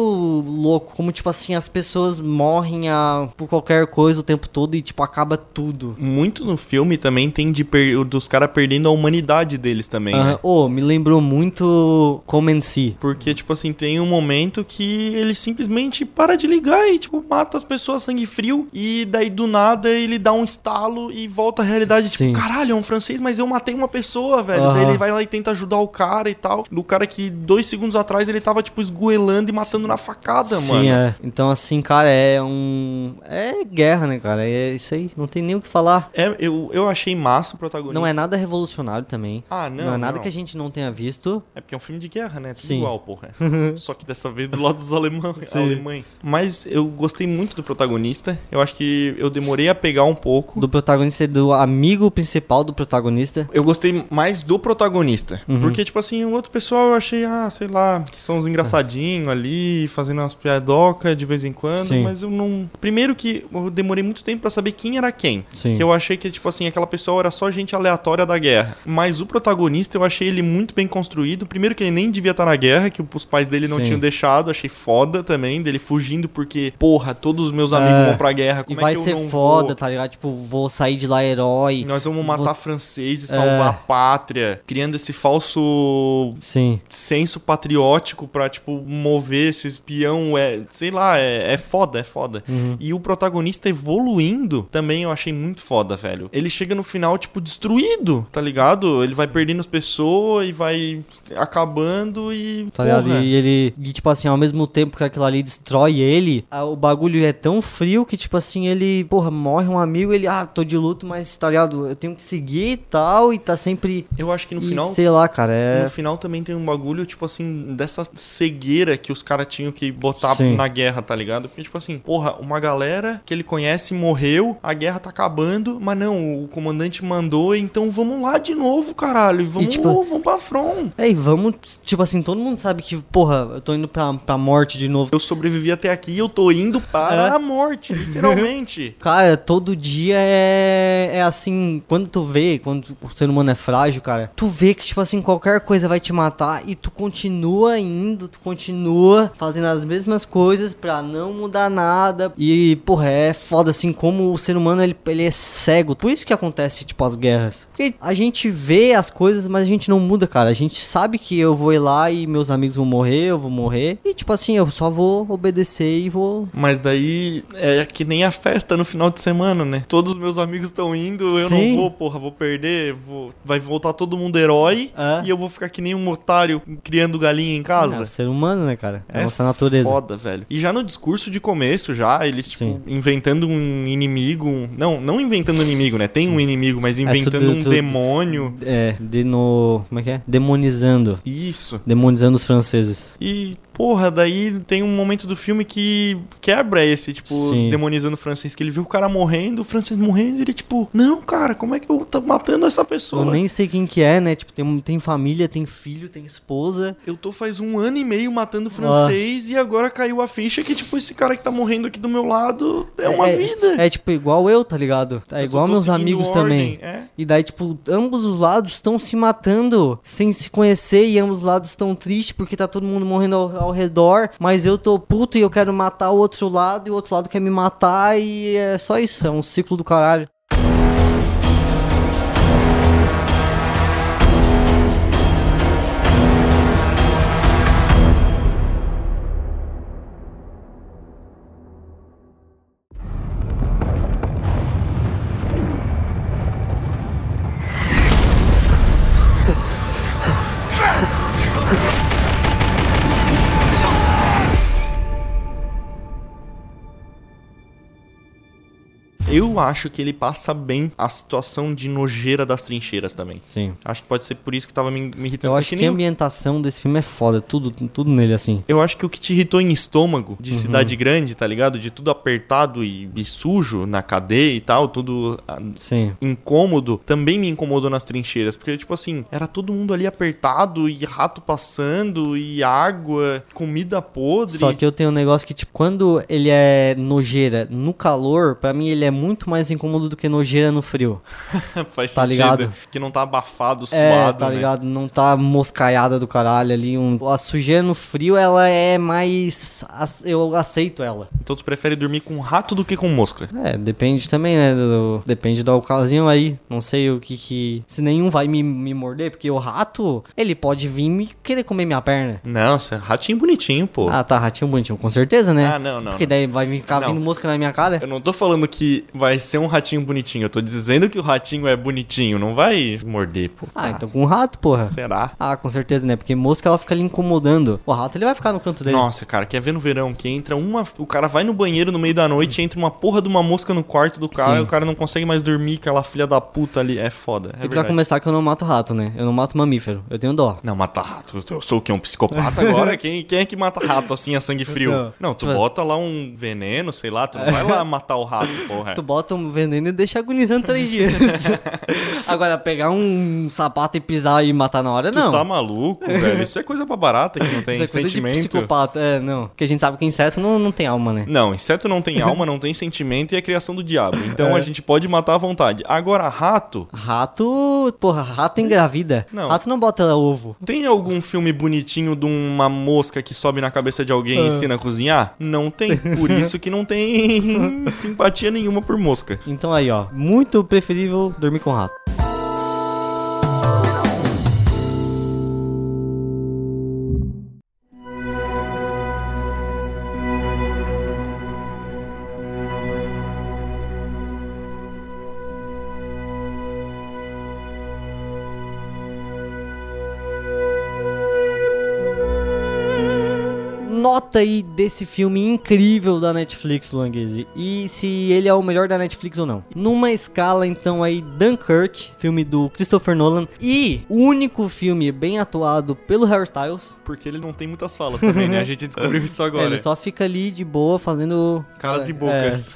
[SPEAKER 4] louco, como tipo assim, as pessoas morrem a- por qualquer coisa o tempo todo e tipo acaba tudo.
[SPEAKER 3] Muito no filme também tem de per- dos caras perdendo a humanidade deles também. né?
[SPEAKER 4] Aham. Ô, me lembrou muito Come and See.
[SPEAKER 3] Porque, tipo assim, tem um momento que ele simplesmente para de ligar e, tipo, mata as pessoas a sangue frio. E daí, do nada, ele dá um estalo e volta à realidade.
[SPEAKER 4] Sim.
[SPEAKER 3] Tipo, caralho, é um francês, mas eu matei uma pessoa, velho. Daí
[SPEAKER 4] Aham.
[SPEAKER 3] ele vai lá e tenta ajudar o cara e tal. Do cara que dois segundos atrás ele tava, tipo, esgoelando e matando na facada,
[SPEAKER 4] Sim,
[SPEAKER 3] mano.
[SPEAKER 4] é. Então, assim, cara, é um. É guerra, né, cara? É isso aí. Não tem nem o que falar.
[SPEAKER 3] É, eu, eu achei massa o protagonista.
[SPEAKER 4] Não é nada revolucionário também.
[SPEAKER 3] Ah, não,
[SPEAKER 4] é nada
[SPEAKER 3] não.
[SPEAKER 4] que a gente não tenha visto.
[SPEAKER 3] É porque é um filme de guerra, né? Tudo
[SPEAKER 4] Sim.
[SPEAKER 3] igual, porra. Só que dessa vez do lado dos alemão,
[SPEAKER 4] Sim.
[SPEAKER 3] alemães. Mas eu gostei muito do protagonista. Eu acho que eu demorei a pegar um pouco.
[SPEAKER 4] Do protagonista e do amigo principal do protagonista.
[SPEAKER 3] Eu gostei mais do protagonista.
[SPEAKER 4] Uhum.
[SPEAKER 3] Porque, tipo assim, o outro pessoal eu achei, ah, sei lá, são uns engraçadinhos ali, fazendo umas piadocas de vez em quando.
[SPEAKER 4] Sim.
[SPEAKER 3] Mas eu não. Primeiro que eu demorei muito tempo pra saber quem era quem.
[SPEAKER 4] Sim.
[SPEAKER 3] Que eu achei que, tipo assim, aquela pessoa era só gente aleatória da guerra. Mas o protagonista eu achei ele muito bem construído. Primeiro que ele nem devia estar na guerra, que os pais dele não
[SPEAKER 4] Sim.
[SPEAKER 3] tinham deixado. Achei foda também, dele fugindo porque, porra, todos os meus
[SPEAKER 4] É.
[SPEAKER 3] amigos vão pra guerra. Como
[SPEAKER 4] e vai
[SPEAKER 3] é que eu
[SPEAKER 4] ser
[SPEAKER 3] não
[SPEAKER 4] foda,
[SPEAKER 3] vou?
[SPEAKER 4] tá ligado? Tipo, vou sair de lá herói.
[SPEAKER 3] Nós vamos matar francês e
[SPEAKER 4] É.
[SPEAKER 3] salvar a pátria, criando esse falso
[SPEAKER 4] Sim.
[SPEAKER 3] senso patriótico pra, tipo, mover esse espião, é, sei lá, é, é foda, é foda.
[SPEAKER 4] Uhum.
[SPEAKER 3] E o protagonista evoluindo também eu achei muito foda, velho. Ele chega no final, tipo, destruído, tá ligado? Ele vai perdendo as pessoas e vai acabando e.
[SPEAKER 4] Tá
[SPEAKER 3] porra.
[SPEAKER 4] ligado? E ele, e, tipo assim, ao mesmo tempo que aquilo ali destrói ele, a- o bagulho é tão frio que, tipo assim, ele, porra, morre um amigo, ele, ah, tô de luto, mas, tá ligado? Eu tenho que seguir e tal, e tá sempre.
[SPEAKER 3] Eu acho que no
[SPEAKER 4] e,
[SPEAKER 3] final
[SPEAKER 4] Sei lá, cara,
[SPEAKER 3] No
[SPEAKER 4] é.
[SPEAKER 3] final também tem um bagulho, tipo assim, dessa cegueira que os caras tinham que botar
[SPEAKER 4] Sim.
[SPEAKER 3] na guerra, tá ligado? Porque, tipo assim, porra, uma galera que ele conhece morreu, a guerra tá acabando, mas não, o comandante mandou, então vamos lá de novo, caralho. e Vamos,
[SPEAKER 4] tipo-
[SPEAKER 3] vamos pra front.
[SPEAKER 4] É, e vamos, tipo assim, todo mundo sabe que, porra, eu tô indo pra, pra morte de novo.
[SPEAKER 3] Eu sobrevivi até aqui, eu tô indo
[SPEAKER 4] É.
[SPEAKER 3] para a morte, literalmente.
[SPEAKER 4] Cara, todo dia é, é assim, quando tu vê, quando o ser humano é frágil, cara, tu vê que, tipo assim, qualquer coisa vai te matar e tu continua indo, tu continua fazendo as mesmas coisas pra não mudar nada. E, porra, é foda, assim, como o ser humano, ele, ele é cego. Por isso que acontece, tipo, as guerras. Porque a gente vê as coisas, mas a gente não muda, cara. A gente sabe que eu vou ir lá e meus amigos vão morrer, eu vou morrer. E, tipo assim, eu só vou obedecer e vou...
[SPEAKER 3] Mas daí é que nem a festa no final de semana, né? Todos os meus amigos estão indo, eu
[SPEAKER 4] Sim.
[SPEAKER 3] não vou, porra, vou perder, vou... vai voltar todo mundo herói
[SPEAKER 4] É.
[SPEAKER 3] e eu vou ficar que nem um otário criando galinha em casa.
[SPEAKER 4] É, ser humano, né, cara? É, nossa natureza.
[SPEAKER 3] Foda, velho. E já no discurso de começo, já, eles, tipo,
[SPEAKER 4] Sim.
[SPEAKER 3] inventando um inimigo. um- Não, não inventando um inimigo, né? Tem um inimigo, mas inventando
[SPEAKER 4] É, tudo-
[SPEAKER 3] um
[SPEAKER 4] tudo-
[SPEAKER 3] demônio.
[SPEAKER 4] É, de no. Como é que é? Demonizando.
[SPEAKER 3] Isso.
[SPEAKER 4] Demonizando os franceses.
[SPEAKER 3] E, porra, daí tem um momento do filme que quebra esse, tipo,
[SPEAKER 4] Sim.
[SPEAKER 3] demonizando o francês. Que ele viu o cara morrendo, o francês morrendo, e ele, tipo, não, cara, como é que eu tô matando essa pessoa?
[SPEAKER 4] Eu nem sei quem que é, né? Tipo, tem, tem família, tem filho, tem esposa.
[SPEAKER 3] Eu tô faz um ano e meio matando
[SPEAKER 4] Ah.
[SPEAKER 3] francês e agora caiu a ficha que, tipo, esse cara que tá morrendo aqui do meu lado é uma vida.
[SPEAKER 4] É, tipo, igual eu, tá ligado? É
[SPEAKER 3] Eu
[SPEAKER 4] igual
[SPEAKER 3] tô
[SPEAKER 4] meus
[SPEAKER 3] seguindo
[SPEAKER 4] amigos
[SPEAKER 3] ordem,
[SPEAKER 4] também.
[SPEAKER 3] é.
[SPEAKER 4] E daí, tipo, ambos os lados estão se matando sem se conhecer e ambos os lados estão tristes porque tá todo mundo morrendo ao, ao redor. Mas eu tô puto e eu quero matar o outro lado e o outro lado quer me matar e é só isso. É um ciclo do caralho.
[SPEAKER 3] eu acho que ele passa bem a situação de nojeira das trincheiras também.
[SPEAKER 4] Sim.
[SPEAKER 3] Acho que pode ser por isso É que tava me, me irritando. porque
[SPEAKER 4] Eu acho que
[SPEAKER 3] nem
[SPEAKER 4] a ambientação desse filme é foda, tudo, tudo nele assim.
[SPEAKER 3] Eu acho que o que te irritou em estômago
[SPEAKER 4] Uhum.
[SPEAKER 3] de cidade grande, tá ligado? De tudo apertado e, e sujo na cadeia e tal, tudo ah,
[SPEAKER 4] Sim.
[SPEAKER 3] incômodo, também me incomodou nas trincheiras. Porque, tipo assim, era todo mundo ali apertado e rato passando e água, comida podre.
[SPEAKER 4] Só que eu tenho um negócio que, tipo, quando ele é nojeira no calor, pra mim ele é muito mais incômodo do que nojeira no frio.
[SPEAKER 3] Faz
[SPEAKER 4] tá ligado?
[SPEAKER 3] Que não tá abafado, suado,
[SPEAKER 4] é, tá
[SPEAKER 3] né?
[SPEAKER 4] ligado? Não tá moscaiada do caralho ali. Um... A sujeira no frio, ela é mais. ac- Eu aceito ela.
[SPEAKER 3] Então tu prefere dormir com rato do que com mosca.
[SPEAKER 4] É, depende também, né? do- depende da ocasião aí. Não sei o que que. Se nenhum vai me, me morder, porque o rato, ele pode vir me querer comer minha perna.
[SPEAKER 3] Não, você é ratinho bonitinho, pô.
[SPEAKER 4] Ah, tá, ratinho bonitinho, com certeza, né?
[SPEAKER 3] Ah, não, não,
[SPEAKER 4] Porque
[SPEAKER 3] não.
[SPEAKER 4] daí vai ficar
[SPEAKER 3] Não.
[SPEAKER 4] vindo mosca na minha cara.
[SPEAKER 3] Eu não tô falando que vai ser um ratinho bonitinho. Eu tô dizendo que o ratinho é bonitinho. Não vai morder, pô.
[SPEAKER 4] Ah, então com o rato, porra.
[SPEAKER 3] Será?
[SPEAKER 4] Ah, com certeza, né? Porque mosca ela fica ali incomodando. O rato ele vai ficar no canto dele.
[SPEAKER 3] Nossa, cara, quer ver no verão que entra uma. O cara vai no banheiro no meio da noite, entra uma porra de uma mosca no quarto do cara
[SPEAKER 4] Sim.
[SPEAKER 3] e o cara não consegue mais dormir, aquela filha da puta ali. É foda. É
[SPEAKER 4] e pra
[SPEAKER 3] verdade.
[SPEAKER 4] começar que eu não mato rato, né? Eu não mato mamífero. Eu tenho dó.
[SPEAKER 3] Não, mata rato. Eu sou o quê? Um psicopata agora? Quem, quem é que mata rato assim a sangue frio? Não,
[SPEAKER 4] Não.
[SPEAKER 3] tu
[SPEAKER 4] Tipo-
[SPEAKER 3] bota lá um veneno, sei lá, tu não vai lá matar o rato, porra.
[SPEAKER 4] Tu bota um veneno e deixa agonizando três dias. Agora, pegar um sapato e pisar e matar na hora,
[SPEAKER 3] Tu
[SPEAKER 4] não.
[SPEAKER 3] tá maluco, velho? Isso é coisa pra barata que não tem
[SPEAKER 4] Isso é coisa de
[SPEAKER 3] sentimento.
[SPEAKER 4] psicopata. É, não. Porque a gente sabe que inseto não, não tem alma, né?
[SPEAKER 3] Não, inseto não tem alma, não tem sentimento e é criação do diabo. Então
[SPEAKER 4] É.
[SPEAKER 3] a gente pode matar à vontade. Agora, rato,
[SPEAKER 4] Rato. Porra, rato engravida.
[SPEAKER 3] Não.
[SPEAKER 4] Rato não bota ovo.
[SPEAKER 3] Tem algum filme bonitinho de uma mosca que sobe na cabeça de alguém
[SPEAKER 4] Ah.
[SPEAKER 3] e ensina a cozinhar? Não tem. Por isso que não tem simpatia nenhuma por mosca.
[SPEAKER 4] Então aí, ó. Muito preferível dormir com rato. Nota aí desse filme incrível da Netflix, Luanguese. E se ele é o melhor da Netflix ou não. Numa escala, então, aí, Dunkirk, filme do Christopher Nolan. E o único filme bem atuado pelo Harry Styles.
[SPEAKER 3] Porque ele não tem muitas falas também, né? A gente descobriu isso agora.
[SPEAKER 4] Ele só fica ali de boa fazendo.
[SPEAKER 3] Caras e
[SPEAKER 4] É.
[SPEAKER 3] bocas.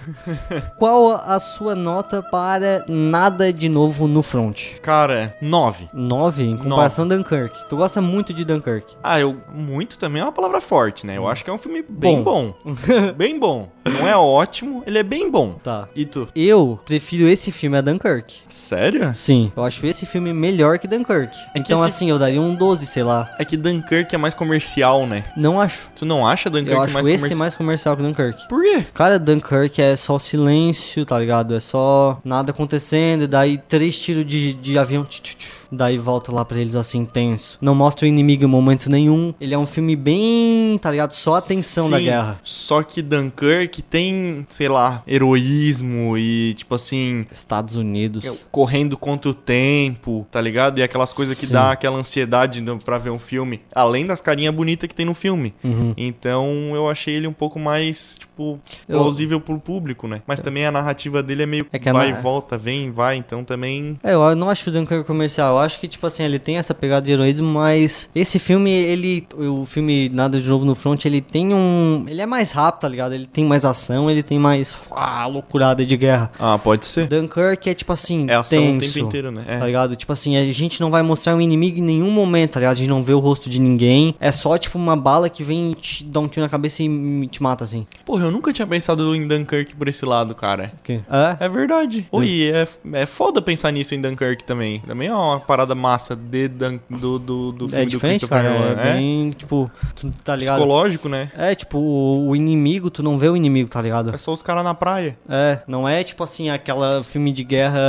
[SPEAKER 4] Qual a sua nota para Nada de Novo no Front?
[SPEAKER 3] Cara, nove.
[SPEAKER 4] 9 em comparação a Dunkirk. Tu gosta muito de Dunkirk.
[SPEAKER 3] Ah, eu. Muito também é uma palavra forte, né? Eu acho que é um filme bem bom. bem bom. Não é ótimo, ele é bem bom.
[SPEAKER 4] Tá.
[SPEAKER 3] E tu?
[SPEAKER 4] Eu prefiro esse filme a Dunkirk.
[SPEAKER 3] Sério?
[SPEAKER 4] Sim. Eu acho esse filme melhor que Dunkirk.
[SPEAKER 3] É que
[SPEAKER 4] então,
[SPEAKER 3] esse-
[SPEAKER 4] assim, eu daria um 12, sei lá.
[SPEAKER 3] É que Dunkirk é mais comercial, né?
[SPEAKER 4] Não acho.
[SPEAKER 3] Tu não acha Dunkirk é
[SPEAKER 4] eu acho
[SPEAKER 3] mais
[SPEAKER 4] esse
[SPEAKER 3] comercial?
[SPEAKER 4] mais comercial que Dunkirk.
[SPEAKER 3] Por quê?
[SPEAKER 4] Cara, Dunkirk é só silêncio, tá ligado? É só nada acontecendo, e daí três tiros de, de avião. tch, tch, tch. daí volta lá pra eles assim, tenso. Não mostra o inimigo em momento nenhum. Ele é um filme bem, tá ligado? Só a tensão da
[SPEAKER 3] Sim,
[SPEAKER 4] guerra.
[SPEAKER 3] Só que Dunkirk tem, sei lá, heroísmo e, tipo assim,
[SPEAKER 4] Estados Unidos.
[SPEAKER 3] É correndo contra o tempo, tá ligado? E aquelas coisas que
[SPEAKER 4] Sim.
[SPEAKER 3] dá aquela ansiedade no- pra ver um filme. Além das carinhas bonitas que tem no filme.
[SPEAKER 4] Uhum.
[SPEAKER 3] Então eu achei ele um pouco mais, tipo,
[SPEAKER 4] Eu-
[SPEAKER 3] plausível pro público, né? Mas também a narrativa dele é meio
[SPEAKER 4] É que a
[SPEAKER 3] vai e
[SPEAKER 4] na-
[SPEAKER 3] volta, vem, vai. Então também.
[SPEAKER 4] É, eu não acho o Dunkirk comercial. Eu acho que, tipo assim, ele tem essa pegada de heroísmo, mas esse filme, ele. O filme Nada de Novo no Front, ele tem um. Ele é mais rápido, tá ligado? Ele tem mais ação, ele tem mais. Ah, loucurada de guerra.
[SPEAKER 3] Ah, pode ser.
[SPEAKER 4] Dunkirk é, tipo assim.
[SPEAKER 3] É ação o
[SPEAKER 4] tenso,
[SPEAKER 3] tempo inteiro, né? É.
[SPEAKER 4] Tá ligado? Tipo assim, a gente não vai mostrar um inimigo em nenhum momento, tá ligado? A gente não vê o rosto de ninguém. É só, tipo, uma bala que vem e te dá um tiro na cabeça e te mata, assim.
[SPEAKER 3] Porra, eu nunca tinha pensado em Dunkirk por esse lado, cara.
[SPEAKER 4] É? Hum.
[SPEAKER 3] É verdade. Oi, é, é foda pensar nisso em Dunkirk também. Também é uma parada massa de Dun- do, do, do filme
[SPEAKER 4] É
[SPEAKER 3] do
[SPEAKER 4] diferente,
[SPEAKER 3] Christopher
[SPEAKER 4] cara.
[SPEAKER 3] Nolan. né?
[SPEAKER 4] É, bem, tipo, tu tá ligado?
[SPEAKER 3] psicológico, né?
[SPEAKER 4] É, tipo, o, o inimigo, tu não vê o inimigo, tá ligado?
[SPEAKER 3] É só os caras na praia.
[SPEAKER 4] É, não é tipo assim, aquela filme de guerra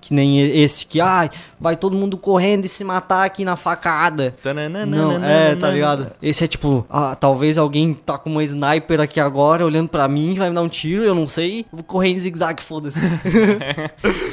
[SPEAKER 4] que nem esse que, ai, vai todo mundo correndo e se matar aqui na facada. Não, é, tá ligado? Esse é tipo, ah, talvez alguém tá com uma sniper aqui agora olhando pra mim, vai me dar um tiro, eu não sei, vou correr em zigue-zague, foda-se.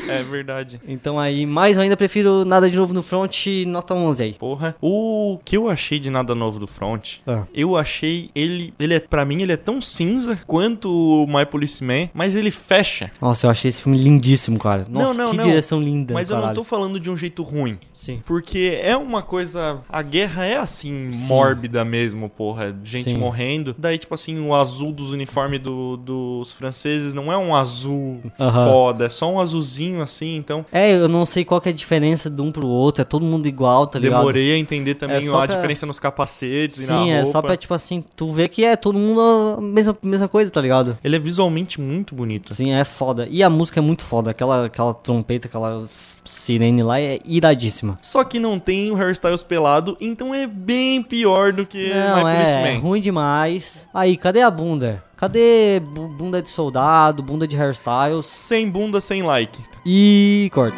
[SPEAKER 3] É verdade.
[SPEAKER 4] então aí, mais eu ainda prefiro nada de de novo no front, nota 11 aí.
[SPEAKER 3] Porra. O que eu achei de nada novo do Front,
[SPEAKER 4] Ah.
[SPEAKER 3] eu achei ele. Ele é. Pra mim, ele é tão cinza quanto o My Policeman, mas ele fecha.
[SPEAKER 4] Nossa, eu achei esse filme lindíssimo, cara. Nossa,
[SPEAKER 3] não,
[SPEAKER 4] que
[SPEAKER 3] não.
[SPEAKER 4] direção linda,
[SPEAKER 3] Mas eu não
[SPEAKER 4] caralho.
[SPEAKER 3] tô falando de um jeito ruim.
[SPEAKER 4] Sim.
[SPEAKER 3] Porque é uma coisa. A guerra é assim,
[SPEAKER 4] Sim.
[SPEAKER 3] mórbida mesmo, porra. Gente
[SPEAKER 4] Sim.
[SPEAKER 3] morrendo. Daí, tipo assim, o azul dos uniformes do- dos franceses não é um azul
[SPEAKER 4] Aham.
[SPEAKER 3] foda, é só um azulzinho assim. Então,
[SPEAKER 4] É, eu não sei qual que é a diferença de um pro outro, é todo mundo igual, tá ligado?
[SPEAKER 3] demorei a entender também
[SPEAKER 4] É só
[SPEAKER 3] a
[SPEAKER 4] pra-
[SPEAKER 3] diferença nos capacetes e na
[SPEAKER 4] Sim,
[SPEAKER 3] roupa.
[SPEAKER 4] é só pra, tipo assim, tu ver que é todo mundo a mesma, mesma coisa, tá ligado?
[SPEAKER 3] Ele é visualmente muito bonito.
[SPEAKER 4] Sim, é foda. E a música é muito foda. Aquela, aquela trompeta, aquela s- sirene lá é iradíssima.
[SPEAKER 3] Só que não tem o hairstyles pelado, então é bem pior do que
[SPEAKER 4] Não,
[SPEAKER 3] My
[SPEAKER 4] é
[SPEAKER 3] Policeman.
[SPEAKER 4] ruim demais. Aí, cadê a bunda? Cadê bu- bunda de soldado, bunda de hairstyles?
[SPEAKER 3] Sem bunda, sem like.
[SPEAKER 4] E corta.